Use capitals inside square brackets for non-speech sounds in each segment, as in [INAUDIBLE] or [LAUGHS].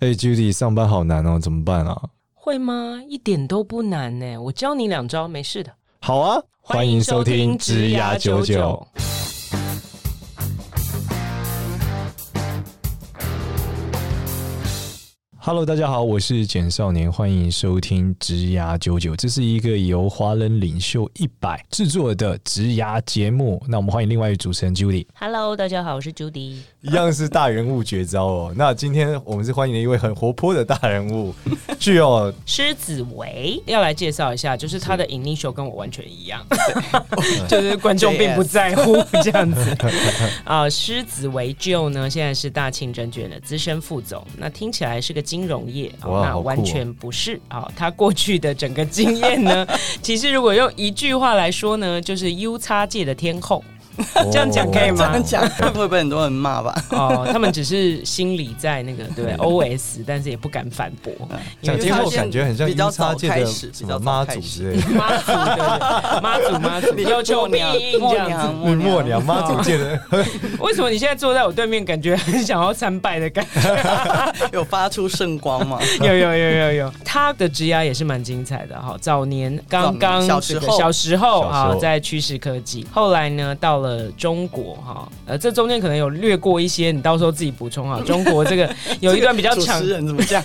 哎、j u d y 上班好难哦，怎么办啊？会吗？一点都不难呢、我教你两招，没事的。好啊，欢迎收听《职涯九九》。Hello，大家好，我是简少年，欢迎收听《职涯九九》，这是一个由华人领袖一百制作的职涯节目。那我们欢迎另外一位主持人 Judy， Hello，大家好，我是 Judy。一样是大人物绝招哦。那今天我们是欢迎了一位很活泼的大人 [LAUGHS] 物，哦具有狮子维要来介绍一下，就是他的 initial 跟我完全一 [LAUGHS] 样，就是观众并不在 [LAUGHS] 乎这样子。啊，狮子维 Joe 呢，现在是大庆证券的资深副总，那听起来是个金融业，哇哦、那好酷哦完全不是啊、哦他过去的整个经 [LAUGHS] 验呢，其实如果用一句话来说呢，就是 U 叉界的天后。这样讲可以 [LAUGHS] 这吗样讲会被很多人骂吧？ [LAUGHS] 哦，他们只是心里在那个对不对 OS，但是也不敢反驳。讲因为天后他感觉很像比较一叉早界开的始什比么较早妈开祖始之类 [LAUGHS] 的。妈祖的妈祖妈祖有求必应这样子。默默娘妈祖界 [LAUGHS] 的，为什么你现在坐在我对面，感觉很想要参拜的感觉？有发出圣光 [LAUGHS] 吗？有有有有有，他的职涯也是蛮精彩的哈。早年刚刚小这时个候小时候小时啊候，在趋势科技，后来呢到了中国哈，呃，这中间可能有略过一些，你到时候自己补充啊。中国这个有一段比较主长，持人怎么讲？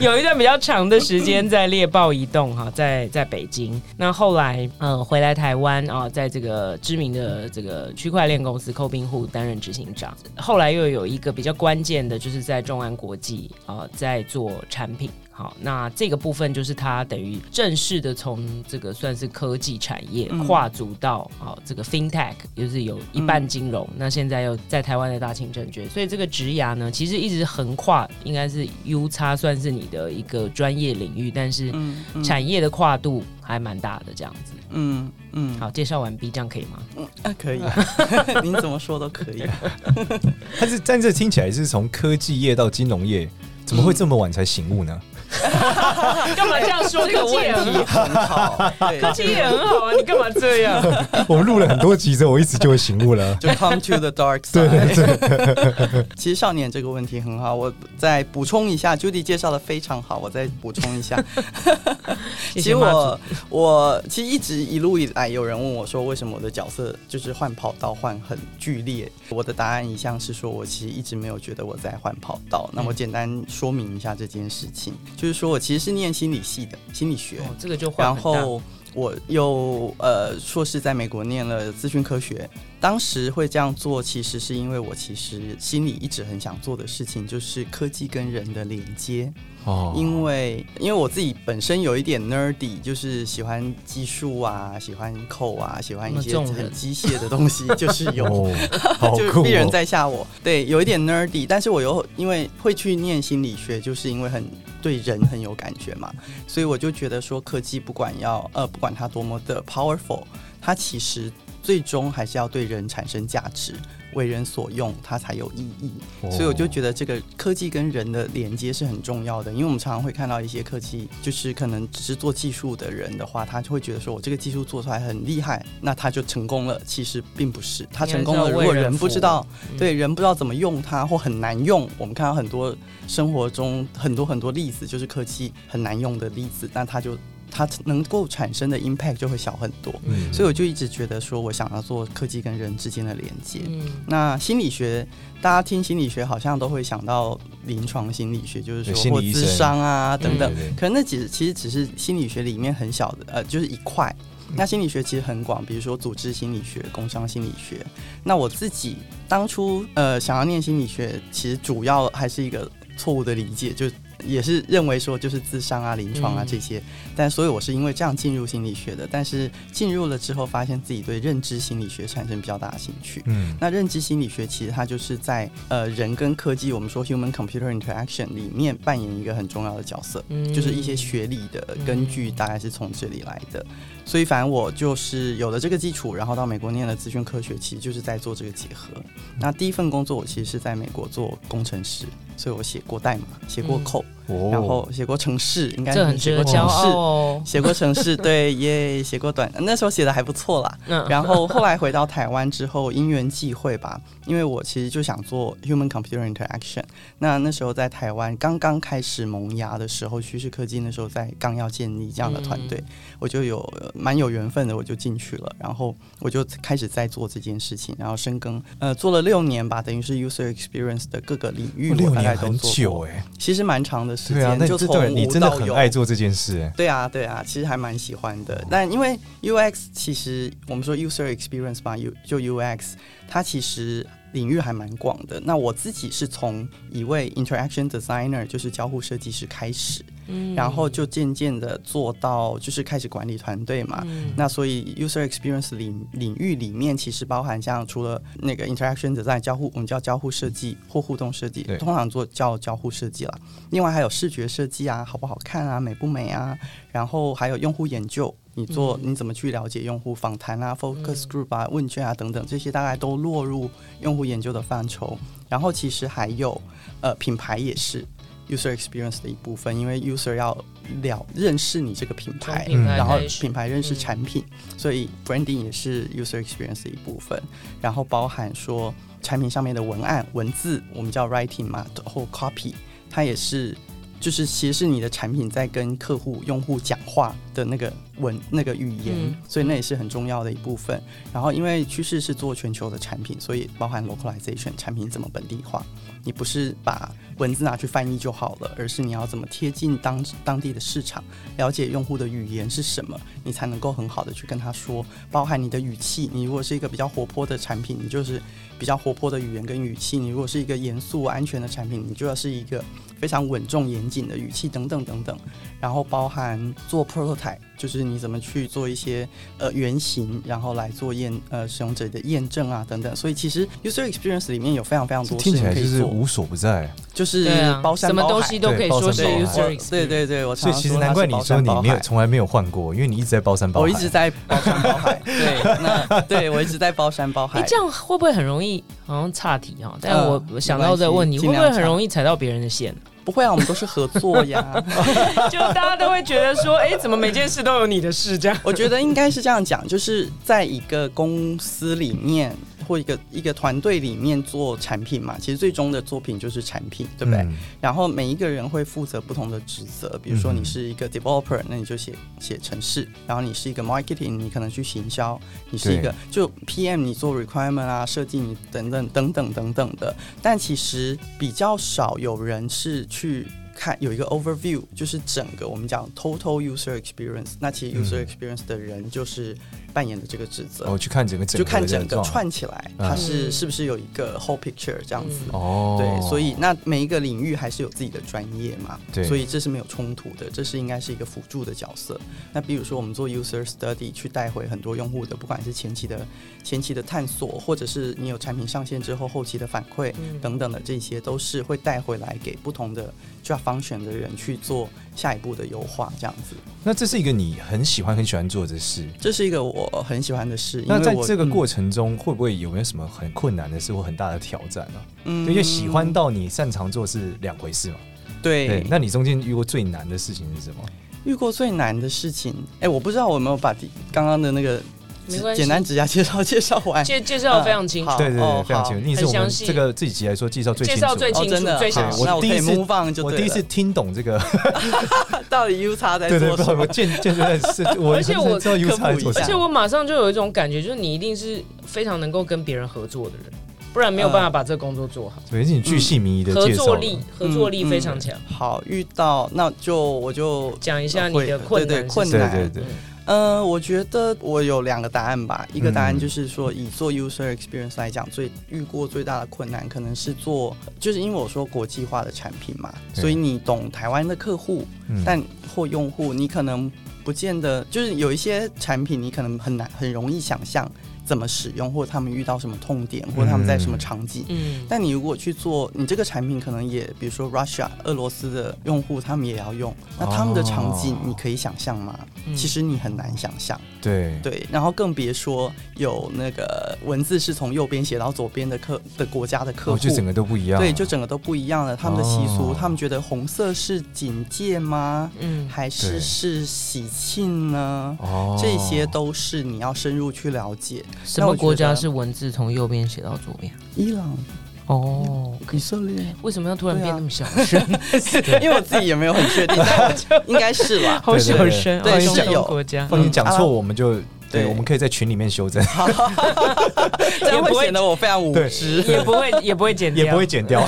有一段比较长的时间在猎豹移动哈，在在北京。那后来嗯回来台湾啊，在这个知名的这个区块链公司扣宾户担任执行长。后来又有一个比较关键的，就是在众安国际啊，在做产品。好，那这个部分就是他等于正式的从这个算是科技产业嗯跨足到啊、这个 fintech，就是有一半金融，那现在又在台湾的大清证券，所以这个职涯呢，其实一直横跨，应该是 U 叉算是你的一个专业领域，但是嗯产业的跨度还蛮大的这样子。嗯嗯，好，介绍完毕，这样可以吗？啊，[LAUGHS] 可以，您怎么说都可以。但是但这听起来是从科技业到金融业，怎么会这么晚才醒悟呢？干嘛这样说 [LAUGHS] 这个问题？很好， [LAUGHS] 对，科技也很好啊，你干嘛这样？我们录了很多集之后，我一直就会醒悟 [LAUGHS] 了。就 come to the dark side。对对其实少年这个问题很好，我再补充一下，Judy 介绍的非常好，我再补充一下。谢其谢实妈祖我我其实一直一路以来，有人问我说，为什么我的角色就是换跑道换很剧烈？我的答案一向是说，我其实一直没有觉得我在换跑道。那嗯我简单说明一下这件事情，就是说我其实是念心理系的心理学。哦，这个就换然很大后我又呃硕士在美国念了资讯科学。当时会这样做，其实是因为我其实心里一直很想做的事情，就是科技跟人的连接。哦因为因为我自己本身有一点 nerdy，就是喜欢技术啊，喜欢扣啊，喜欢一那这些种人很机械的东 [LAUGHS] 西，就是有。哦，好 [LAUGHS] 就是酷、鄙人哦！在下我，对，有一点 nerdy，但是我有因为会去念心理学，就是因为很对人很有感觉嘛，所以我就觉得说科技不管要呃不管它多么的 powerful，它其实最终还是要对人产生价值，为人所用，它才有意义。哦所以我就觉得这个科技跟人的连接是很重要的，因为我们常常会看到一些科技，就是可能只是做技术的人的话，他就会觉得说我这个技术做出来很厉害，那他就成功了。其实并不是，他成功应了，该是要如为果人人不服务知道，嗯对人不知道怎么用它或很难用，我们看到很多生活中很多很多例子，就是科技很难用的例子，那他就它能够产生的 impact 就会小很多。嗯所以我就一直觉得说，我想要做科技跟人之间的连接。嗯，那心理学，大家听心理学好像都会想到临床心理学，就是对说心理或医生嗯智商啊等等。对对对可能那只其实只是心理学里面很小的，呃，就是一块。那心理学其实很广，比如说组织心理学、工商心理学。那我自己当初呃想要念心理学，其实主要还是一个错误的理解，就也是认为说就是智商啊、临床啊嗯这些。但所以我是因为这样进入心理学的，但是进入了之后，发现自己对认知心理学产生比较大的兴趣。嗯那认知心理学其实它就是在呃人跟科技，我们说 human computer interaction 里面扮演一个很重要的角色，嗯就是一些学理的根据大概是从这里来的。所以反正我就是有了这个基础，然后到美国念了资讯科学，其实就是在做这个结合。嗯那第一份工作我其实是在美国做工程师，所以我写过代码，写过嗯 code，、哦然后写过城市，应该这很值写过得骄城傲市，哦。写过城市，对耶，写过短，那时候写的还不错啦。 [LAUGHS] 嗯然后后来回到台湾之后，因缘际会吧，因为我其实就想做 human computer interaction。那那时候在台湾刚刚开始萌芽的时候，趋势科技那时候在刚要建立这样的团队，我就有呃蛮有缘分的，我就进去了，然后我就开始在做这件事情，然后深耕，呃，做了六年吧，等于是 user experience 的各个领域，哦六我大概年都很做久过，哎、其实蛮长的时对啊间，，那就你这从对你无真的到很有爱做这件事哎、对啊，对啊，其实还蛮喜欢的。但因为 UX 其实我们说 user experience 吧，U 就 UX，它其实领域还蛮广的。那我自己是从一位 interaction designer，就是交互设计师开始，嗯然后就渐渐的做到就是开始管理团队嘛。嗯那所以 user experience 领领域里面，其实包含像除了那个 interaction design 交互，我们叫交互设计或互动设计对，通常做叫交互设计啦。另外还有视觉设计啊，好不好看啊，美不美啊，然后还有用户研究。你做嗯你怎么去了解用户访谈啊、focus group 啊、问卷啊等等，这些大概都落入用户研究的范畴。然后其实还有呃品牌也是 user experience 的一部分，因为 user 要了认识你这个品牌，从品牌然后开始品牌认识嗯产品，所以 branding 也是 user experience 的一部分，然后包含说产品上面的文案、文字，我们叫 writing 嘛，或 copy，它也是。就是其实是你的产品在跟客户、用户讲话的那个文、那个语言，嗯所以那也是很重要的一部分。然后因为趋势是做全球的产品，所以包含 localization 产品怎么本地化，你不是把文字拿去翻译就好了，而是你要怎么贴近当当地的市场，了解用户的语言是什么，你才能够很好的去跟他说。包含你的语气，你如果是一个比较活泼的产品，你就是比较活泼的语言跟语气；你如果是一个严肃安全的产品，你就要是一个非常稳重严谨的语气等等等等。然后包含做 prototype，就是你怎么去做一些呃原型，然后来做验呃使用者的验证啊等等。所以其实 user experience 里面有非常非常这多事听起情来可就以是做，无所不在。就是对啊，包山什么包东海西都可以说是对包山包海 user experience。对对对，我所常以常其实说它难怪是你包说山你包没有海从来没有换过，因为你一直在包山包海。我一直在包山包海， [LAUGHS] 对，那对我一直在包山包海哎，，这样会不会很容易？好像岔题哈、但嗯我我想到这个问题，没会关系不会很尽量岔容易踩到别人的 [LAUGHS] 线？不会啊，我们都是合作呀。就大家都会觉得说，哎、怎么每件事都有你的事这样？ [LAUGHS] 我觉得应该是这样讲，就是在一个公司里面或一个一个团队里面做产品嘛，其实最终的作品就是产品，对不对？嗯然后每一个人会负责不同的职责，比如说你是一个 developer，那你就写写程式；然后你是一个 marketing，你可能去行销；你是一个就 PM，你做 requirement 啊、设计你等等等等等等的。但其实比较少有人是去。看有一个 overview，就是整个我们讲 total user experience。那其实 user 嗯 experience 的人就是扮演的这个职责，哦，去看整个整就个看整的个状态串起来，嗯它是嗯是不是有一个 whole picture 这样子。嗯哦，对，所以那每一个领域还是有自己的专业嘛，对所以这是没有冲突的，这是应该是一个辅助的角色。那比如说我们做 user study 去带回很多用户的，不管是前期的前期的探索，或者是你有产品上线之后后期的反馈、嗯等等的，这些都是会带回来给不同的 job function 的人去做下一步的优化，这样子。那这是一个你很喜欢很喜欢做的事。这是一个我很喜欢的事，那因为在我这个嗯过程中，会不会有没有什么很困难的事或很大的挑战呢、嗯嗯对因为喜欢到你擅长做是两回事嘛。对对，，那你中间遇过最难的事情是什么？遇过最难的事情，哎、我不知道我有没有把第刚刚的那个没关系简单指甲介绍 [LAUGHS] 介绍完。哦介介绍非常清楚好，对对对，哦非常清楚，你是我啊很们详细这个这几集来说介绍最介清楚绍的。最清哦，楚、真的，最好详好细我。那我可第一以次 move on 就我对了第一 [LAUGHS] 次听懂这个，到底 U 叉在对对，做不好什意思，我么？见 [LAUGHS] 见真的是，我而且我知道 U 科普叉在做一什下而且么。我马上就有一种感觉，就是你一定是非常能够跟别人合作的人，不然没有办法把这个工作做好。所以你巨细靡遗的合介绍作了，力，合作力非常强。好，遇到那就我就呃讲一下你会的困对难对是困对什么对难。对，嗯，我觉得我有两个答案吧，一个答案嗯就是说，以做 user experience 来讲，最遇过最大的困难可能是做，就是因为我说国际化的产品嘛，对所以你懂台湾的客户，嗯但或用户，你可能不见得就是有一些产品，你可能很难很容易想象怎么使用，或者他们遇到什么痛点，或者他们在什么场景。嗯，但你如果去做，你这个产品可能也，比如说 Russia 俄罗斯的用户，他们也要用，那他们的场景哦你可以想象吗？嗯其实你很难想象，对，对，然后更别说有那个文字是从右边写到左边的客的国家的客哦，户，就整个都不一样，对，就整个都不一样了。他们的习俗，哦他们觉得红色是警戒吗？嗯还对是是喜庆呢？哦，这些都是你要深入去了解。什么国那家我觉得是文字从右边写到左边？伊朗、哦，以色列，为什么要突然对啊变那么小 [LAUGHS] 声？因为我自己也没有很确 [LAUGHS] 定，但我应该是吧。好小对对声，对哦是中东有国家，放心，讲啊错我们就对，对我们可以在群里面修正， [LAUGHS] 这样也不会会显得我非常无知。也不会也不会剪掉， [LAUGHS] 也不会剪 [LAUGHS] 掉，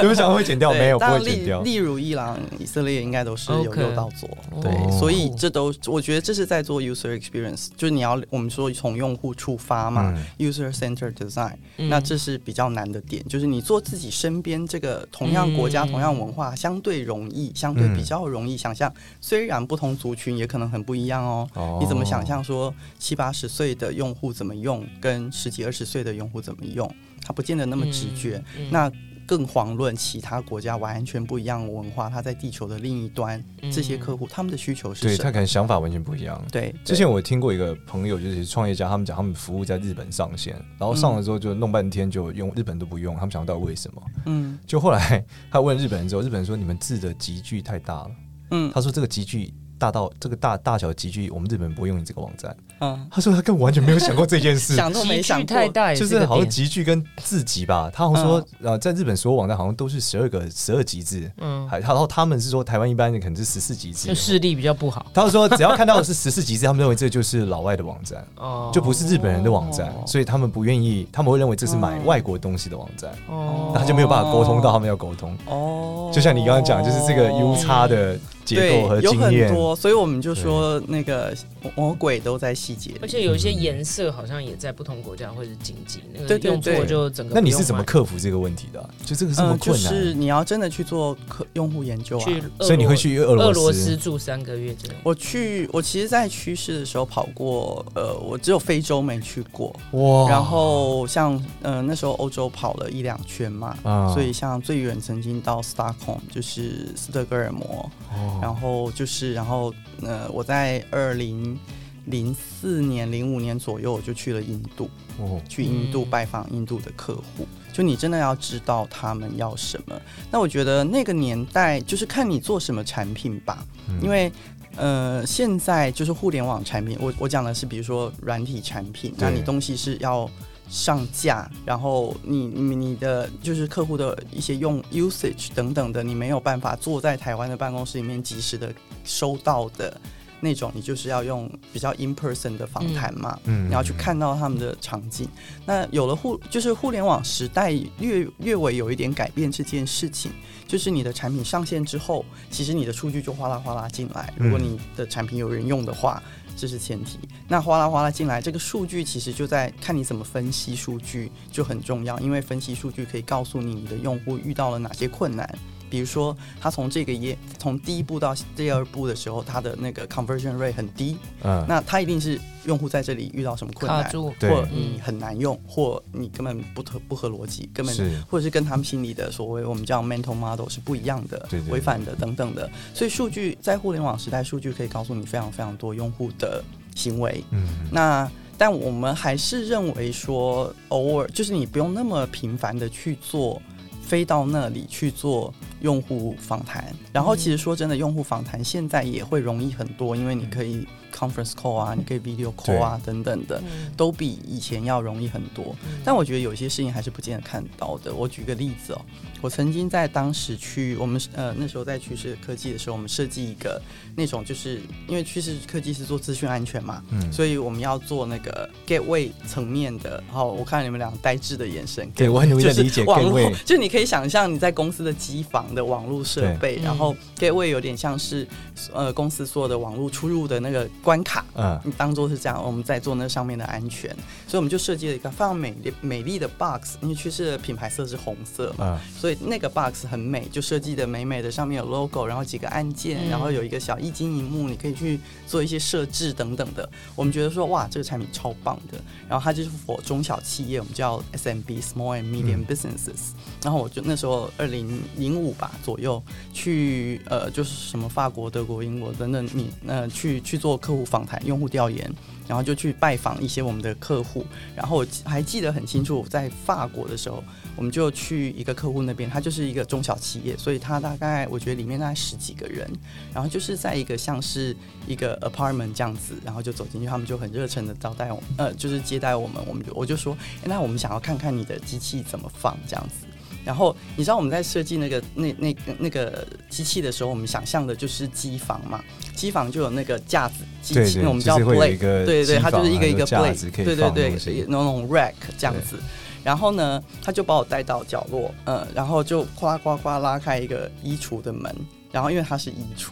你们想会剪掉对没有？不当然会剪掉例。例如伊朗、以色列应该都是有 OK 六到左。哦。对所以这都，我觉得这是在做 user experience，就是你要我们说从用户出发嘛、嗯 u s e r center design，、嗯那这是比较难的点，就是你做自己身边这个同样国家、嗯同样文化，相对容易，相对嗯比较容易想象。虽然不同族群也可能很不一样哦，哦你怎么想？象说七八十岁的用户怎么用，跟十几二十岁的用户怎么用？它不见得那么直觉。嗯嗯那更遑论其他国家完全不一样的文化，它在地球的另一端，嗯这些客户他们的需求是对什他么？可能想法完全不一样。对，之前我听过一个朋友，就是创业家，他们讲他们服务在日本上线，然后上了之后就弄半天，就用日本都不用，他们想不到为什么。对嗯就后来他问日本人之后，日本人说你们字的集距太大 [LAUGHS] 了，嗯他说这个集距大到这个大大小集距，我们日本不会用你这个网站。嗯，他说他根本完全没有想过这件事。想都没集想距过太，大也就是是个好像点，集距跟字级吧，他好像说，嗯呃，在日本所有网站好像都是十二个十二级字，嗯，还然后他们是说台湾一般可能是十四级字就，视力比较不好他说只要看到的是十四级字，他们认为这就是老外的网站，哦，就不是日本人的网站，所以他们不愿意，他们会认为这是买哦外国东西的网站，哦，那他就没有办法沟通到他们要沟通。哦，就像你刚刚讲，就是这个 U 差的结构和对有经很验，多，所以我们就说那个魔鬼都在细节里。而且有一些颜色好像也在不同国家会是禁忌，那个对对用错对就整个那你不用是怎么买克服这个问题的啊？就这个这么嗯，就困是难，你要真的去做客用户研究啊。去俄罗？所以你会去俄俄罗罗斯斯住三个月之类的？我去，我其实，在趋势的时候跑过，呃，我只有非洲没去过。哇然后像，呃，那时候欧洲跑了一两圈嘛，啊所以像最远曾经到 Stockholm，就是斯德哥尔摩。哦然后就是，然后，呃，我在二零零四年、零五年左右，我就去了印度。哦去印度嗯拜访印度的客户，就你真的要知道他们要什么。那我觉得那个年代就是看你做什么产品吧，嗯因为呃，现在就是互联网产品，我我讲的是比如说软体产品，对那你东西是要。上架，然后你你你的就是客户的一些用 usage 等等的，你没有办法坐在台湾的办公室里面及时的收到的那种，你就是要用比较 in person 的访谈嘛。嗯你要去看到他们的场景。那有了互，就是互联网时代略略微有一点改变这件事情，就是你的产品上线之后，其实你的数据就哗啦哗啦进来。如果你的产品有人用的话，这是前提。那哗啦哗啦进来，这个数据其实就在看你怎么分析数据就很重要，因为分析数据可以告诉你你的用户遇到了哪些困难。比如说，他从这个页从第一步到第二步的时候，他的那个 conversion rate 很低，嗯那他一定是用户在这里遇到什么困卡难，住，嗯对或你很难用，或你根本不合不合逻辑，根本是或者是跟他们心里的所谓我们叫 mental model 是不一样的，对对对违反的等等的。所以数据在互联网时代，数据可以告诉你非常非常多用户的行为。嗯那但我们还是认为说，偶尔就是你不用那么频繁的去做，飞到那里去做用户访谈。然后其实说真的，用户访谈现在也会容易很多，因为你可以 conference call 啊，你可以 video call 啊等等的，嗯都比以前要容易很多。但我觉得有些事情还是不见得看到的。我举个例子哦，我曾经在当时去我们呃那时候在趋势科技的时候，我们设计一个那种就是因为趋势科技是做资讯安全嘛，嗯所以我们要做那个 gateway 层面的。好，我看你们俩呆滞的眼神。对我很努力就的是理解网各络位，，就你可以想象你在公司的机房的网络设嗯对备，然后 gateway 有点像是呃公司所有的网络出入的那个关卡，嗯你当做是这样，我们在做那上面的安全，所以我们就设计了一个非常美丽美丽的 box，因为趋势的品牌色是红色嘛，嗯所以那个 box 很美，就设计的美美的，上面有 logo，然后几个按键，嗯然后有一个小液晶荧幕，你可以去做一些设置等等的。我们觉得说哇，这个产品超棒的，然后它就是我中小企业，我们叫 SMB small and medium 嗯 businesses、然后我就那时候二零零五吧左右去呃就是什么法国、德国、英国等等，你呃去去做客户访谈、用户调研。然后就去拜访一些我们的客户，然后我记还记得很清楚，在法国的时候，我们就去一个客户那边，他就是一个中小企业，所以他大概我觉得里面大概十几个人，然后就是在一个像是一个 apartment 这样子，然后就走进去，他们就很热忱的招待我们，呃，就是接待我们，我们就我就说，诶那我们想要看看你的机器怎么放这样子。然后你知道我们在设计那个那那那个机器的时候，我们想象的就是机房嘛，机房就有那个架子机对器，对那我们叫就是会有 plate，一个对对，机它就是房一个一个然后有架 plate，子可以对对放对东西，那种 rack 这样子。然后呢，他就把我带到角落，嗯，然后就夸夸夸拉开一个衣橱的门，然后因为它是衣橱。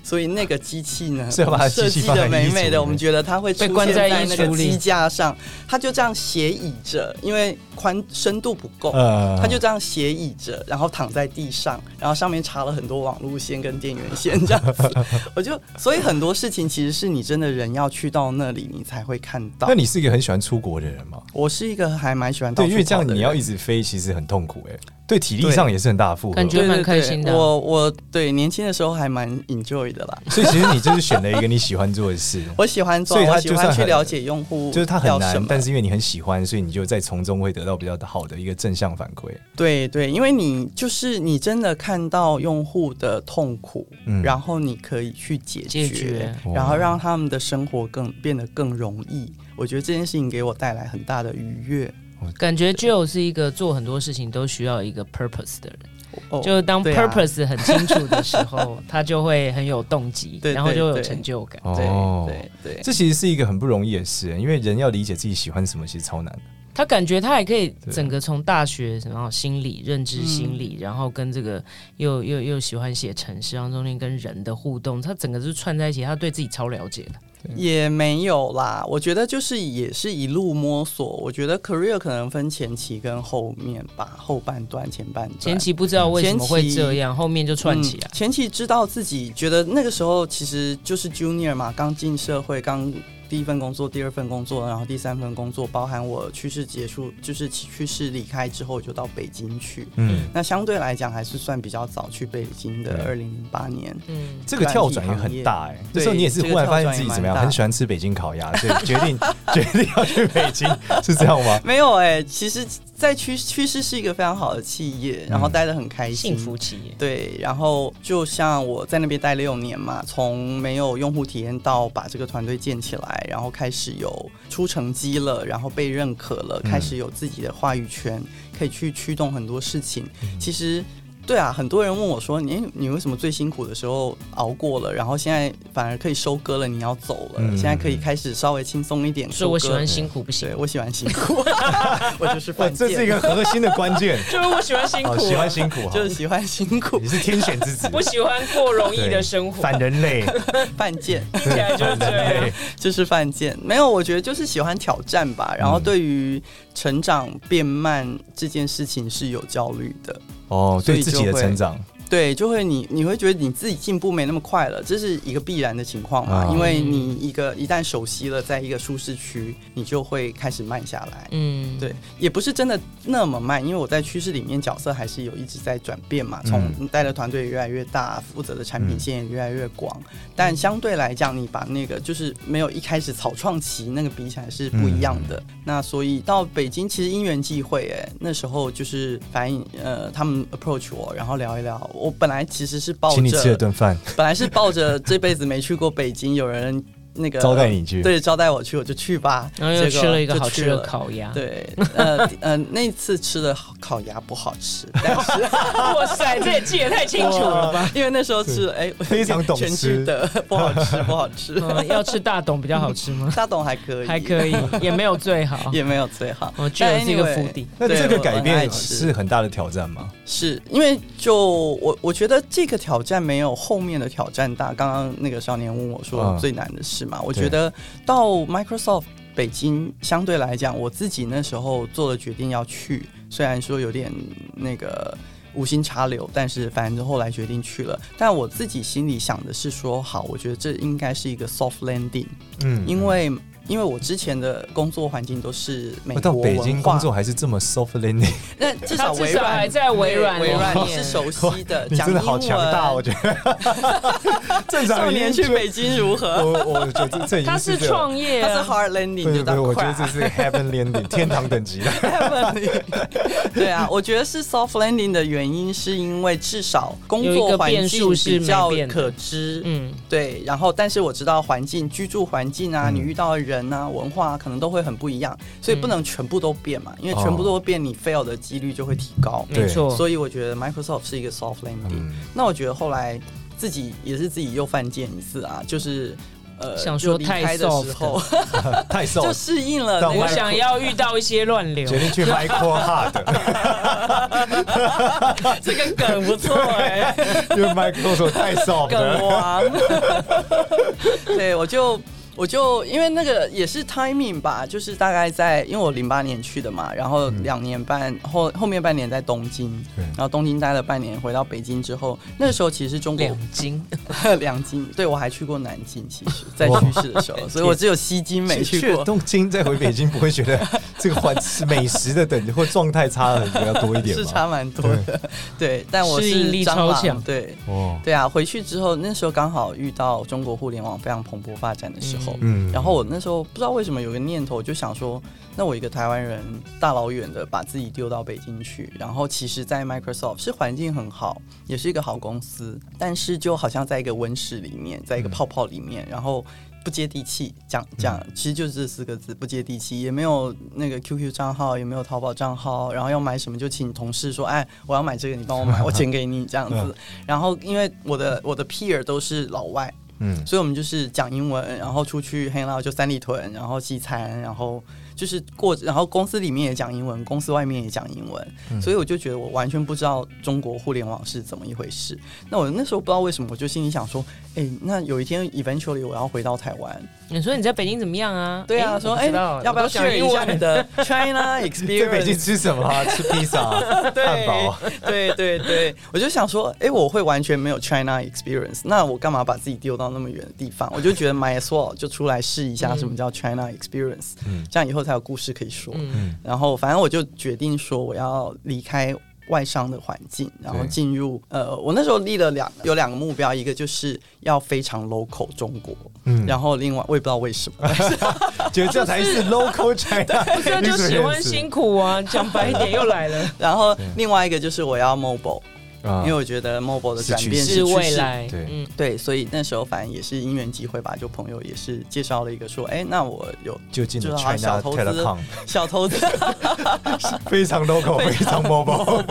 所以那个机器 [LAUGHS] 呢，是要把它设机器计放在的美衣橱美里面的，我们觉得它会出被关现在在衣那个橱里机架上，它就这样斜倚着，因为宽深度不够，呃，哦他就这样斜倚着，然后躺在地上，然后上面插了很多网路线跟电源线这 [LAUGHS] 样子。我就所以很多事情其实是你真的人要去到那里，你才会看到那。你是一个很喜欢出国的人吗？我是一个还蛮喜欢到对，处因为这跑样的你要人一直飞，其实很痛苦哎、对体力上也是很大的负荷。感觉对对蛮开心的对我我对年轻的时候还蛮 enjoy 的啦。所以其实你就是选了一个你喜欢做的事， [LAUGHS] 我喜欢做，所以它我就喜欢算去很了解用户就是它很要什难么，但是因为你很喜欢，所以你就在从中会得到比较好的一个正向反馈。对对，因为你就是你真的看到用户的痛苦，嗯然后你可以去解决，解决哇然后让他们的生活更变得更容易。我觉得这件事情给我带来很大的愉悦。感觉 Joe 是一个做很多事情都需要一个 purpose 的人，哦就是当对啊 purpose 很清楚的时 [LAUGHS] 候，他就会很有动机，对然后就有对成就感。哦，对对对，这其实是一个很不容易的事，欸因为人要理解自己喜欢什么，其实超难的。他感觉他还可以对整个从大学，然后心理、认知心理，然后跟这个又又又喜欢写程式，然后中间跟人的互动，他整个就是串在一起，他对自己超了解的。也没有啦。我觉得就是也是一路摸索。我觉得 career 可能分前期跟后面吧，后半段前半段。前期不知道为什么会这样，后面就串起来嗯。。前期知道自己觉得那个时候其实就是 junior 嘛，刚进社会，刚第一份工作、第二份工作，然后第三份工作，包含我去世结束，就是去世离开之后，我就到北京去。嗯，那相对来讲还是算比较早去北京的，二对零零八年。嗯，这个跳转也很大哎、这对时候你也是忽然发现自己怎么样，这个跳转也蛮大很喜欢吃北京烤鸭，所以决定 [LAUGHS] 决定要去北京，是这样吗？没有哎、其实，在趋趋势是一个非常好的企业，然后待得很开嗯心，幸福企业。对，然后就像我在那边待六年嘛，从没有用户体验到把这个团队建起来，然后开始有出成绩了，然后被认可了，嗯开始有自己的话语权，可以去驱动很多事情。嗯其实。对啊，很多人问我说：“你诶你为什么最辛苦的时候熬过了，然后现在反而可以收割了？你要走了，嗯现在可以开始稍微轻松一点所以收割。”我喜欢辛苦不行对，，我喜欢辛苦， [LAUGHS] 我就是哇，犯这是一贱，个核心的关 [LAUGHS] 键，就是我喜欢辛苦好啊，哦喜欢辛苦哈，就是喜欢辛苦 [LAUGHS] 你，是天选之子，我喜欢过容易的生活，反人 [LAUGHS] 类，犯贱。听起 [LAUGHS] 来就是这样对。就是犯贱，没有，我觉得就是喜欢挑战吧。然后对于成长变慢这件事情是有焦虑的，哦，所对以自就己的会成长，对，就会你你会觉得你自己进步没那么快了，这是一个必然的情况嘛。啊因为你一个一旦熟悉了，在一个舒适区，你就会开始慢下来。嗯，对，也不是真的那么慢，因为我在趋势里面角色还是有一直在转变嘛，嗯从带的团队越来越大，负责的产品线也越来越广，但相对来讲，你把那个就是没有一开始草创期那个比起来是不一样的。嗯那所以到北京其实因缘际会，哎，那时候就是反映呃他们 approach 我，然后聊一聊，我本来其实是抱请你吃了着，顿饭，本来是抱着这辈子没去过北京，有人那个招待你去，对，招待我去，我就去吧。然后又结吃果了一个就好去吃的了烤鸭，对，呃呃，那次吃的烤鸭不好吃，但是哇塞，这也记得太清楚了吧？因为那时候吃了，哎、非常懂全吃聚德不好吃，不好吃。 [LAUGHS] [LAUGHS] 嗯，要吃大董比较好吃吗？大董还可以，还可以，也没有最好。 [LAUGHS] 哦也没有最好。我觉得是一个但 anyway，福地。那对这个我改很爱变吃是很大的挑战吗？是因为就我我觉得这个挑战没有后面的挑战大。刚刚那个少年问我说嗯最难的事嘛。我觉得到 Microsoft 北京相对来讲，我自己那时候做了决定要去，虽然说有点那个。无心插柳，但是反正后来决定去了。但我自己心里想的是说，好，我觉得这应该是一个 soft landing，嗯因为因为我之前的工作环境都是美我到国北京文工化，作还是这么 soft landing，那至他少微至少还软在微软哦微软里你面是熟悉的，你讲真英的文。好强大，我觉 [LAUGHS] 得。正少常年人去北京如何？我我觉得这这已经他是这个创业它是啊， hard 对 landing 就对对，当我觉得 crash 这是 heaven landing [LAUGHS] 天堂等级的。对啊，我觉得是 soft landing 的原因，是因为至少工有一作个环变境数是比没较变的可知，嗯，对。然后，但是我知道环境、居住环境啊，嗯你遇到的人啊、文化、啊、可能都会很不一样，所以不能全部都变嘛，因为全部都变，你 fail 的几率就会提高。对没错，所以我觉得 Microsoft 是一个 soft landing。嗯，那我觉得后来自己也是自己又犯贱一次啊，就是呃，想说就离开太的 soft 时候 [LAUGHS] 太瘦就了，适应了到我那个外想要遇到一些乱流决，定去 micro [LAUGHS] hard，这个梗不 [LAUGHS] 错哎、因为 micro 说太 soft 梗了。王。对，我就我就因为那个也是 timing 吧，就是大概在因为我零八年去的嘛，然后嗯两年半后后面半年在东京，对然后东京待了半年，回到北京之后，那个时候其实中国 [LAUGHS] 两斤， [LAUGHS] 两京，对我还去过南京，其实在去世的 [LAUGHS] 时候，所以我只有西京没去去过。东京再回北京，不会觉得 [LAUGHS] 这个环美食的等级或状态差了比较多一点是吗？差蛮多的， [LAUGHS] 对，但我适应是力蟑超螂强对哦，对啊，回去之后那时候刚好遇到中国互联网非常蓬勃发展的时候，嗯然后我那时候不知道为什么有个念头，我就想说，那我一个台湾人大老远的把自己丢到北京去，然后其实，在 Microsoft 是环境很好，也是一个好公司，但是就好像在一个温室里面，在一嗯个泡泡里面，然后。不接地气，讲讲，嗯其实就是这四个字，不接地气，也没有那个 QQ 账号，也没有淘宝账号，然后要买什么就请同事说，哎，我要买这个，你帮我 [LAUGHS] 买，我钱给你这样嗯子。然后因为我的我的 peer 都是老外，嗯，所以我们就是讲英文，然后出去 hang out 就三里屯，然后西餐，然后就是过，然后公司里面也讲英文，公司外面也讲英文，嗯所以我就觉得我完全不知道中国互联网是怎么一回事。那我那时候不知道为什么，我就心里想说，哎、那有一天 eventually 我要回到台湾，你嗯说你在北京怎么样啊？对诶啊，说我不哎、知道要不要我都想 share 一英下文你的 China 在北京 experience？吃什么 [LAUGHS] 啊？吃披萨啊、对汉堡 [LAUGHS] 啊。对对对，我就想说，哎、我会完全没有 China experience，那我干嘛把自己丢到那么远的地方？我就觉得 my as well 就出来试一下什么叫 China experience，、嗯这样以后才有故事可以说。 [LAUGHS] 嗯，嗯，然后反正我就决定说我要离开。外商的环境，然后对进入呃，我那时候立了两有两个目标，一个就是要非常 local 中国，嗯然后另外我也不知道 [LAUGHS] 为什么，觉得这才是 local China，不是啊就喜欢辛苦 [LAUGHS] 啊，讲白一点又来了，然后对另外一个就是我要 mobile，、啊因为我觉得 mobile 的是转趋变势是趋未势来，对嗯，对，所以那时候反正也是因缘机会吧，就朋友也是介绍了一个说，哎、那我 [LAUGHS] 有就进了就是好像 China 啊小投资 Telecom，小投资非常 local，非常 mobile。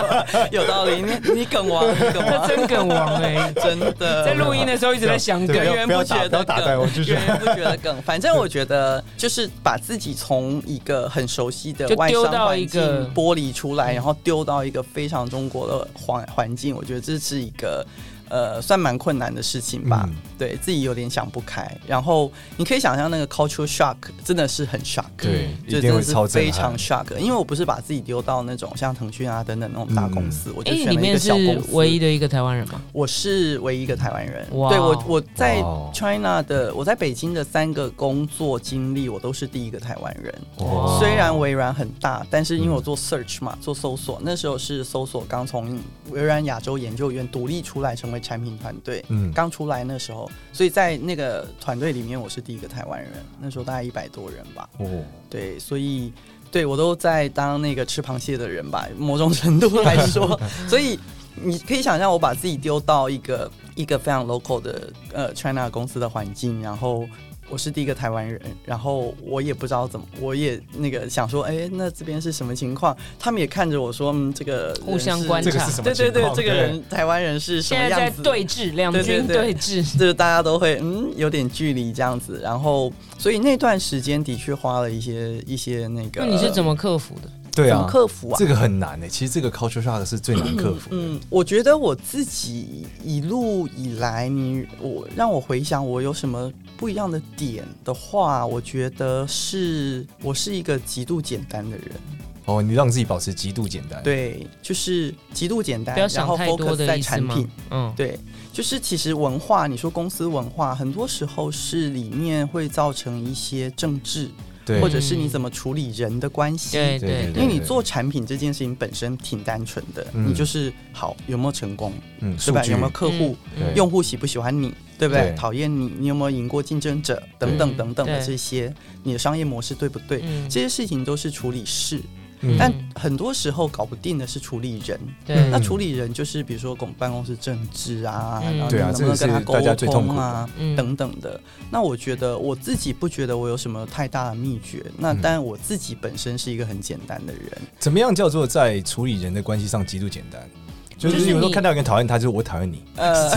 [LAUGHS] 有道理，你你梗王，你梗他王，真梗王哎， [LAUGHS] 真的在录音的时候一直在想梗对，源源不要不打绝不要的打断我就梗，是源源不绝的梗。反正我觉得就是把自己从一个很熟悉的就外丢商到环一境个剥离出嗯来，然后丢到一个非常中国的环环境，我觉得这是一个。呃，算蛮困难的事情吧，嗯对自己有点想不开。然后你可以想象那个 culture shock 真的是很 shock，对，就一真定的会是超非震撼常。shock，因为我不是把自己丢到那种像腾讯啊等等那种大公嗯司，我哎，就你里选了一面个是小公司。唯一的一个台湾人吗？我是唯一一个台湾人。哇对我，我在哇哦 China 的，我在北京的三个工作经历，我都是第一个台湾人。哇 [LAUGHS] 哦虽然微软很大，但是因为我做 search 嘛，做搜索，那时候是搜索刚从微软亚洲研究院独立出来，成为产品团队。嗯刚出来那时候，所以在那个团队里面，我是第一个台湾人。那时候大概一百多人吧。哦，对，所以对我都在当那个吃螃蟹的人 [LAUGHS] 吧，某种程度来说，所以你可以想象我把自己丢到一个一个非常 local 的呃 China 公司的环境，然后。我是第一个台湾人，然后我也不知道怎么，我也那个想说，哎，那这边是什么情况？他们也看着我说，嗯，这个人互相是观这察个是什么对情对况？对，这个人台湾人是什现在么样在子？对峙，两军对对对峙，就是大家都会嗯有点距离这样子，然后所以那段时间的确花了一些一些那个。那你是怎么克服的？对啊怎么克服啊？这个很难的、欸其实这个 culture shock 是最难克服的。嗯，我觉得我自己一路以来，你我让我回想我有什么不一样的点的话，我觉得是我是一个极度简单的人，哦，你让自己保持极度简单。，对，就是极度简哎单，不要然想后太多 focus 的在意思产吗品，？嗯，对，就是其实文化，你说公司文化，很多时候是里面会造成一些政治，对或者是你怎么处理人的关系，对对对对对，因为你做产品这件事情本身挺单纯的，嗯你就是好有没有成功，嗯，对数吧？据有没有客户、嗯对用户喜不喜欢你，对不对？对讨厌你，你有没有赢过竞争者，等等嗯等等的对这些，你的商业模式对不对？嗯这些事情都是处理事，嗯但很多时候搞不定的是处理人。对那处理人就是比如说公办公室政治啊，嗯然后你对啊能不能这跟个他是大家沟最痛苦通的啊，嗯等等的。那我觉得我自己不觉得我有什么太大的秘诀，那嗯但我自己本身是一个很简单的人， [LAUGHS] 怎么样叫做在处理人的关系上极度简单？就就是是有时候你看到一个人讨厌他，就是我讨厌你。 [LAUGHS] 呃，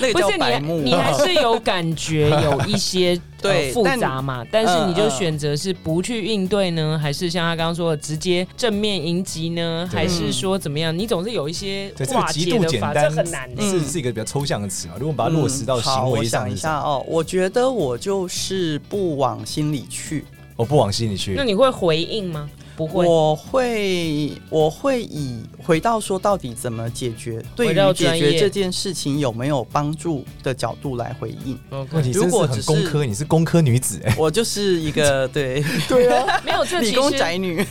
那不个叫是你白还，目啊你。还是有感觉有一些 [LAUGHS] 对呃复但杂嘛，但是你就嗯嗯选择是不去应对呢，还是像他刚刚说的直接正面迎击呢，对还是说怎么样？你总是有一些对，这个化极解度的简法，单这很难欸的。是是一个比较抽象的词嘛。啊如果把它落实到嗯好行我为上想是一什么，下哦，我觉得我就是不往心里去，我不往心里去那。你会回应吗？不会，我会我会以回到说到底怎么解决，对回到于解专决业这件事情有没有帮助的角度来回应。 [LAUGHS] 问 OK 题真如是果很只是工科，你是工科女子哎、我就是一 [LAUGHS] 个对对啊，没有，这 [LAUGHS] 理其工实宅女，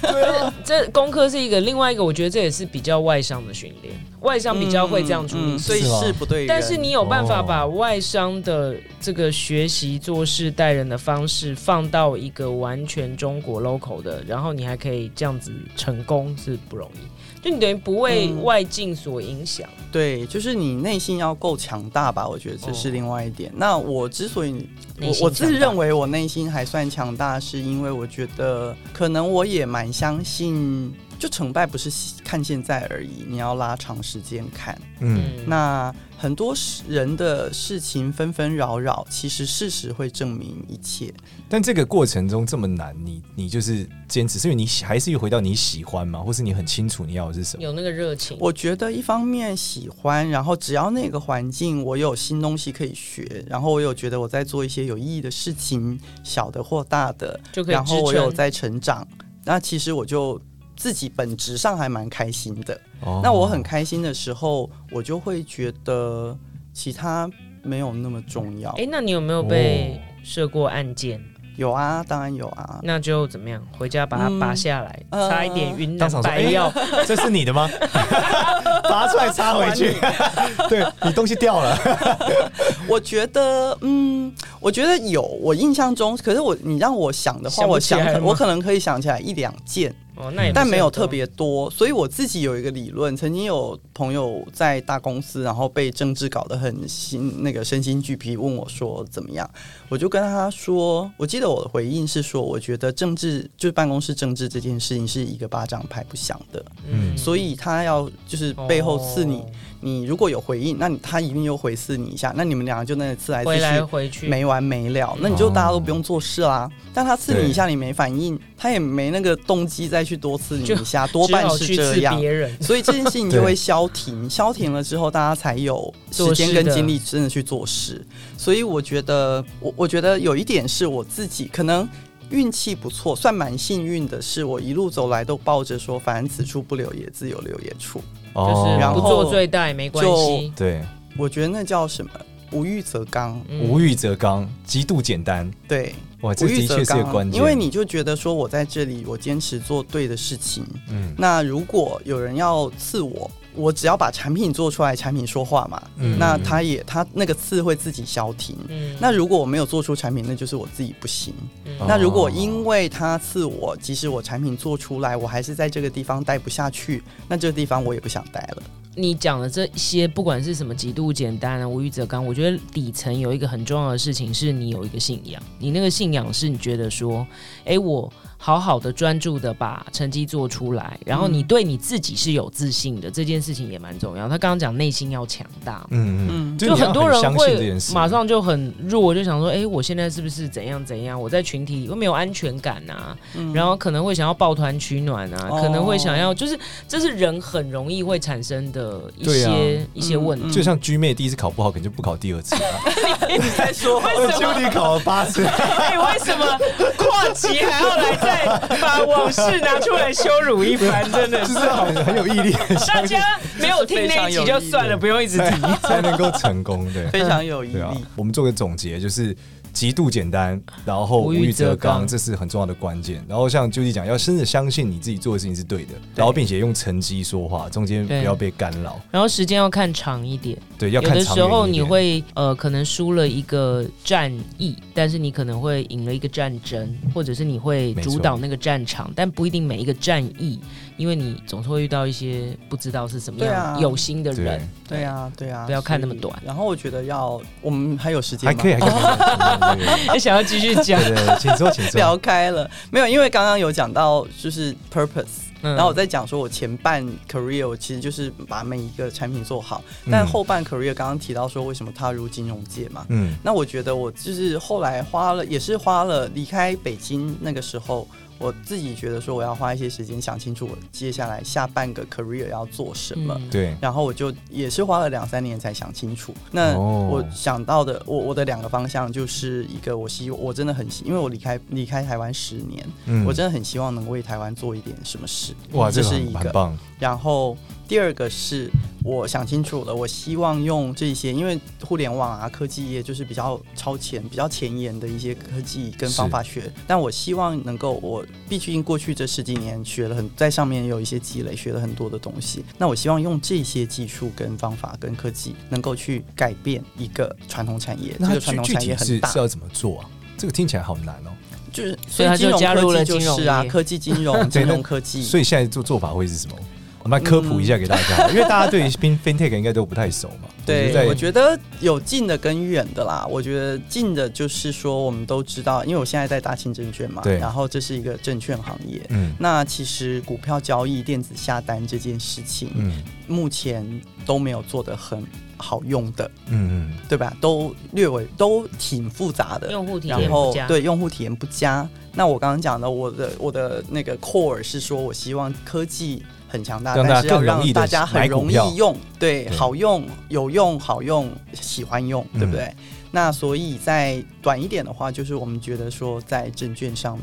这功课是一个，另外一个我觉得这也是比较外商的训练，外商比较会这样处理事嗯所以是吗是不对人。但是你有办法哦把外商的这个学习、做事、待人的方式放到一个完全中国 local 的，然后你还可以这样子成功，是不容易。就你等于不为嗯外境所影响，对，就是你内心要够强大吧？我觉得这是哦另外一点。那我之所以内我心我自强大认为我内心还算强大，是因为我觉得可能我也蛮相信，就成败不是看现在而已，你要拉长时间看。嗯，那很多人的事情纷纷扰扰，其实事实会证明一切。但这个过程中这么难，你你就是坚持，是因为你喜还是又回到你喜欢嘛，或是你很清楚你要的是什么？有那个热情，我觉得一方面喜欢，然后只要那个环境我有新东西可以学，然后我有觉得我在做一些有意义的事情，小的或大的，就可以然后我支有撑。在成长，那其实我就自己本质上还蛮开心的。哦那我很开心的时候，我就会觉得其他没有那么重要。哎，那你有没有哦被设过案件？有啊，当然有啊。那就怎么样？回家把它嗯拔下来，呃差一点云南当场说白药。 [LAUGHS] 这是你的吗？拔出来插回去， [LAUGHS] 对你东西掉了。我觉得，嗯，我觉得有。我印象中，可是我你让我想的话，想不我起想来可了吗我可能可以想起来一两件，哦，那也不是但没有很多特。别多。所以我自己有一个理论，曾经有朋友在大公司，然后被政治搞得很心那个身心俱疲，问我说怎么样，我就跟他说，我记得我的回应是说，我觉得政治就是办公室政治这件事情是一个巴掌拍不响的，嗯所以他要就是背后刺你。哦你如果有回应，那你他一定又回刺你一下，那你们两个就那刺哦来刺回来去，回去，哦没完没了，那你就哦大家都不用做事啦。但他刺对你一下，你没反应，他也没那个动机再去多刺你一下，多只半好是去这刺样。别人。 [LAUGHS] 所以这件事情就对会 [LAUGHS] 消停，消停了之后，大家才有时做事间跟的精力真的去做事。所以我觉得，我我觉得有一点是我自己可能运气不错，算蛮幸运的，是我一路走来都抱着说，反正此处不留爷，自有留爷处。就是然不后做最大也没关系。哦对，我觉得那叫什么？无欲则刚，嗯无欲则刚，极度简单。对，哇，啊这无欲的则确是个关刚，啊键。因为你就觉得说我在这里，我坚持做对的事情。嗯那如果有人要刺我，我只要把产品做出来，产品说话嘛，嗯那他也他那个刺会自己消停。嗯那如果我没有做出产品，那就是我自己不行。哦那如果因为他刺我，即使我产品做出来，我还是在这个地方待不下去，那这个地方我也不想待了。你讲的这些，不管是什么极度简单啊，无欲则刚，我觉得底层有一个很重要的事情，是你有一个信仰。你那个信仰是你觉得说，哎，我好好的专注的把成绩做出来，然后你对你自己是有自信的，这件事情也蛮重要。他刚刚讲内心要强大，嗯嗯，嗯，就就你要很多人相信这会件事啊马上就很弱，就想说，哎、我现在是不是怎样怎样？我在群体又没有安全感啊，嗯然后可能会想要抱团取暖啊，哦可能会想要，就是这是人很容易会产生的一对啊些、一些嗯问题。就像居妹第一次考不好，可能就不考第二次 [LAUGHS] 啊。你在 [LAUGHS] 说 Judy 考了八 [LAUGHS] 次，哎、为什么跨级还要来再把往事拿出来羞辱一番？真的，就是 [LAUGHS] 是很很有毅力， [LAUGHS] 大家没有听那一集就算了，不用一直听。才能够成功。对非常有毅对啊力，，我们做个总结，就是极度简单，然后无无欲欲则则刚刚，这是很重要的关键。然后像 Judy 讲，要真的相信你自己做的事情是对的，然后并且用成绩说话，中间不对要被干扰。然后时间要看长一点。对，要有看的长时远候一你点会呃，可能输了一个战役，但是你可能会赢了一个战争，或者是你会没错主导那个战场，但不一定每一个战役，因为你总是会遇到一些不知道是什么对样、啊有心的对人。，对啊，对啊，不要看那么所以短然后我觉得要，我们还有时间还吗可以，还可以。还 [LAUGHS] 想要继续讲，对对对，请坐，请 [LAUGHS] 聊坐。开了，没有？因为刚刚有讲到就是 purpose，嗯然后我在讲说，我前半 career 我其实就是把每一个产品做好，但嗯后半 career 刚刚提到说为什么踏入金融界嘛，嗯，那我觉得我就是后来花了，也是花了离开北京那个时候，我自己觉得说我要花一些时间想清楚我接下来下半个 career 要做什么。嗯对，然后我就也是花了两三年才想清楚。那哦嗯我想到的，我我的两个方向就是一个，我希我真的很希，因为我离开离开台湾十年，嗯我真的很希望能为台湾做一点什么事。哇，这这个是很一个很棒，然后第二个是我想清楚了，我希望用这些，因为互联网啊、科技业就是比较超前、比较前沿的一些科技跟方法学，但我希望能够，我毕竟过去这十几年学了很，在上面有一些积累，学了很多的东西，那我希望用这些技术跟方法跟科技，能够去改变一个传统产业，这那个具传统具产业体很是大是，要怎么做啊？这个听起来好难哦。就是所以他就金融加科入技了就金融是啊，业科技金融、对金那融科 [LAUGHS] 技，所以现在做做法会是什么？我们来科普一下给大家，因为大家对 fin fintech 应该都不太熟嘛。嗯 [LAUGHS] 对，我我就在觉得有近的跟远的啦。我觉得近的就是说，我们都知道，因为我现在在大庆证券嘛，对然后这是一个证券行业。嗯那其实股票交易、电子下单这件事情，嗯目前都没有做得很好用的，嗯对吧？都略微都挺复杂的，用户体验然不后佳，对用户体验不佳。那我刚刚讲的，我的我的那个 core 是说我希望科技很强大，让大家但是要更容易让地大家买很股容票易用，对，对嗯好用、有用、好用、喜欢用，对不对？那所以在短一点的话，就是我们觉得说，在证券上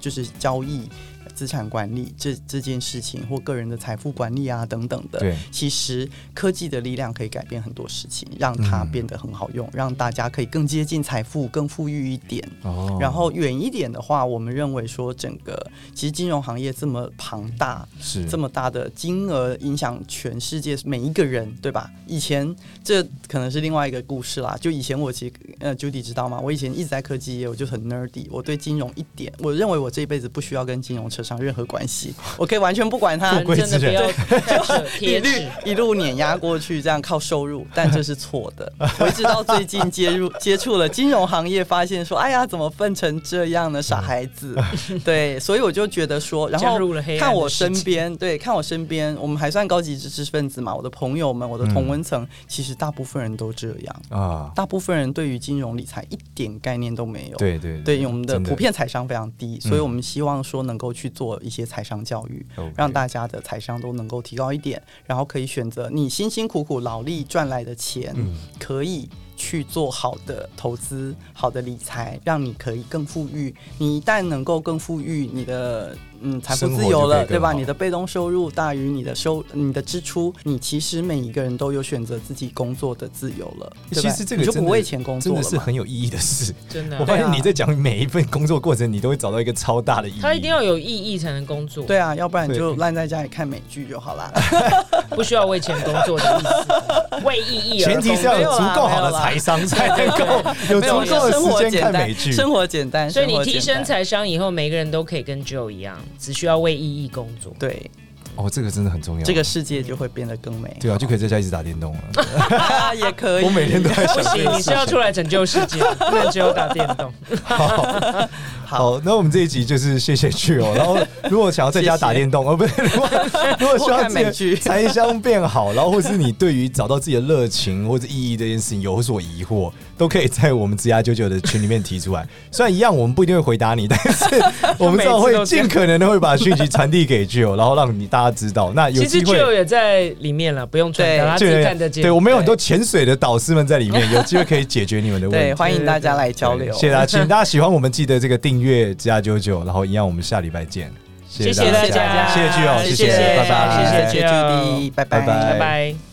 就是交易、资产管理这这件事情，或个人的财富管理啊等等的，对其实科技的力量可以改变很多事情，让它嗯变得很好用，让大家可以更接近财富、更富裕一点。哦然后远一点的话，我们认为说整个其实金融行业这么庞大、是这么大的金额影响全世界每一个人，对吧？以前这可能是另外一个故事啦。就以前我其实呃，Judy 知道吗？我以前一直在科技业，我就很 nerdy，我对金融一点，我认为我这一辈子不需要跟金融扯上任何关系，我可以完全不管它富，贵真的之不人要 [LAUGHS] 扯一贴路纸。一路碾压过去，这样靠收入，但这是错的。我一直到最近接入接触了金融行业，发现说，哎呀，怎么分成这样呢？傻孩子，对，所以我就觉得说，然嗯加后入了黑暗的看我世身界边，对，看我身边，我们还算高级知识分子嘛，我的朋友们，我的嗯同温层，其实大部分人都这样，啊，大部分人对于金融理财一点概念都没有。对对对，因为我们的真普遍财商非常低，所以嗯我们希望说能够去做一些财商教育， OK 让大家的财商都能够提高一点，然后可以选择你辛辛苦苦劳力赚来的嗯钱，可以去做好的投资、好的理财，让你可以更富裕。你一旦能够更富裕，你的嗯财富生活自由就可以了，更对吧？好你的被动收入大于你的收你的支出，你其实每一个人都有选择自己工作的自由了，对吧其实这个你就真不的为钱工真作的了是嘛。很有意义的事。真的啊我发现对啊你在讲每一份工作过程，你都会找到一个超大的意义。他一定要有意义才能工作，对啊，要不然你对就烂在家里看美剧就好啦。 [LAUGHS] 不需要为钱工作的意思，为意义而前工提作。是要有足够好的财商，才能够有 [LAUGHS] 没有，我足觉够得的生活时间简看单美，剧。生活简单，所以生你活提简升单财商以后，每个人都可以跟 Joe 一样，只需要为意义工作。对。哦，这个真的很重要。这个世界就会变得更美。对啊，就可以在家一直打电动了。啊， [LAUGHS] 也可以。我每天都在不想这行，个你事是要情。出来拯救 [LAUGHS] 世界，不能只有打电动。好， [LAUGHS] 好，好，那我们这一集就是谢谢去哦。 [LAUGHS] 然后，如果想要在家打电动，哦，不是，如果如果需或要看美自己剧的 [LAUGHS] 财商变好，然后或是你对于找到自己的热情或者意义这件事情有所疑惑，都可以在我们之家九九的群里面提出来。虽然一样，我们不一定会回答你，但是 [LAUGHS] 我们至少会尽可能的会把讯息传递给去哦，然后让你大家知道。那有其实机 j 会。 o 也在里面了，不用传达，他对自就己看得见。对我们有很多潜水的导师们在里 [LAUGHS] 面，有机会可以解决你们的问 [LAUGHS] 对，题。欢迎大家来交流。谢谢大家，请大家喜欢我们，记得这个订阅加九九，然后一样，我们下礼拜见。谢谢谢大家谢谢巨友，谢谢，谢拜拜，谢谢谢谢 Judy，拜拜拜拜拜。